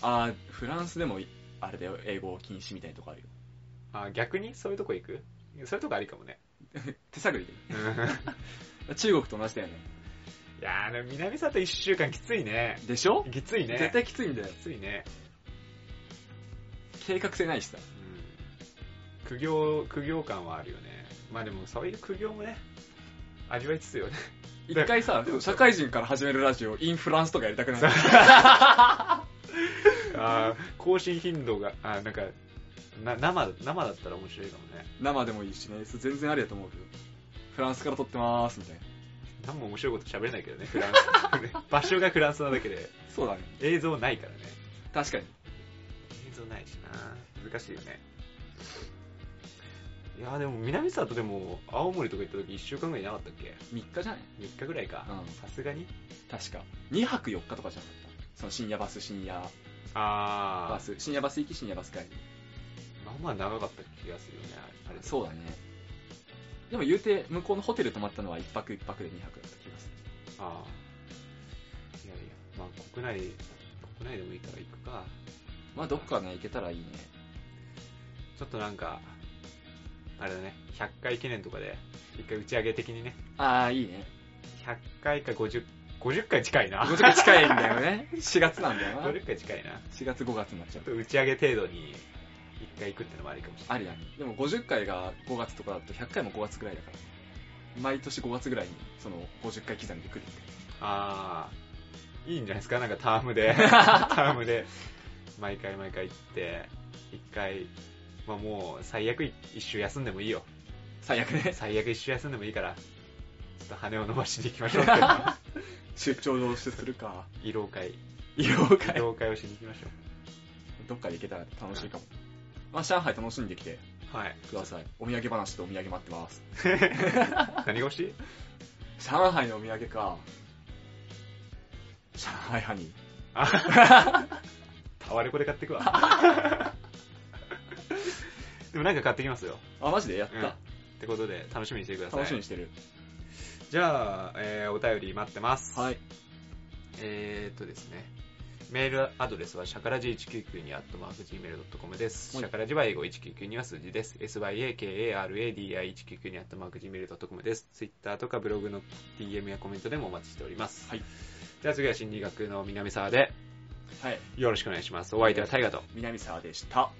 S2: ああフランスでもいあれだよ英語禁止みたいなとこあるよ
S1: な。あ、逆にそういうとこ行くそういうとこありかもね。
S2: 手探りで
S1: うん
S2: 中国と同じだよね
S1: いやー、でも南沢と1週間きついね。
S2: でしょ、
S1: きついね。
S2: 絶対きついんだよ
S1: きついね。
S2: 計画性ないしさ
S1: うん苦行、苦行感はあるよね。まあでもそういう苦行もね、味わいつつよね。
S2: 一回さ社会人から始めるラジオインフランスとかやりたくない
S1: あー 更新頻度が、あーなんか、な生、生だったら面白いかもね。
S2: 生でもいいしねそれ全然ありだと思うけどフランスから撮ってまーすみたいな
S1: 何も面白いこと喋れないけどね、フラン ス。場所がフランスなだけで、
S2: そうだね
S1: 映像ないからね。
S2: 確かに
S1: 映像ないしな難しいよね。いやーでも南沢とでも青森とか行った時1週間ぐらいいなかったっけ
S2: 3日じゃない
S1: ?3 日ぐらいか
S2: うん。
S1: さすがに
S2: 確か2泊4日とかじゃなかったその深夜バス深夜
S1: あ
S2: バス深夜バス行き深夜バス帰り
S1: まあまあ長かった気がするよね、あれ。
S2: そうだねでも言うて向こうのホテル泊まったのは1泊1泊で2泊だった気がする
S1: ああ。いやいや、まあ国内、国内でもいいから行くか。
S2: まあどっかね行けたらいいね
S1: ちょっとなんか、あれだね、100回記念とかで、一回打ち上げ的にね、
S2: ああいいね
S1: 100回か50、50回近いな。
S2: 5月近いんだよね4 月なんだよな
S1: 50回近いな。
S2: 4月5月になっちゃう
S1: ちょっと打ち上げ程度に、一回行くってのもありかもしれない。
S2: ありだねでも50回が5月とかだと100回も5月ぐらいだから毎年5月ぐらいにその50回刻んでくるみたい
S1: あ
S2: な
S1: あ、いいんじゃないですか、なんかタームで、タームで、毎回毎回行って、一回、まあもう最悪い一周休んでもいいよ。
S2: 最悪ね
S1: 最悪一周休んでもいいから、ちょっと羽を伸ばしていきま しょうっていう
S2: 出張同士する か
S1: 慰労会。
S2: 医療
S1: 慰
S2: 会
S1: 労会をしに行きましょ
S2: どっかで行けたら楽しいかもまあ上海楽しんできて
S1: う。はい。
S2: くださいお土産話とお土産待ってます
S1: 何が欲しい
S2: 上海のお土産か上海ハニー
S1: タワレコで買ってくわ。 でもなんか買ってきますよ。
S2: あマジでやっ、
S1: うんったてことで、楽しみにしてください。
S2: 楽しみにしてる
S1: じゃあ、えーお便り待ってます。
S2: はい
S1: えーっとですね。メールアドレスは、シャカラジ1992アットマーク Gmail.com です。
S2: は
S1: シ
S2: い
S1: ャカラジは英語1992は数字です。syakaradi1992 アットマーク Gmail.com です。Twitter とかブログの DM やコメントでもお待ちしております。
S2: はい。
S1: じゃあ次は心理学の南沢で
S2: はい
S1: よろしくお願いします。お相手は大河と。
S2: 南沢でした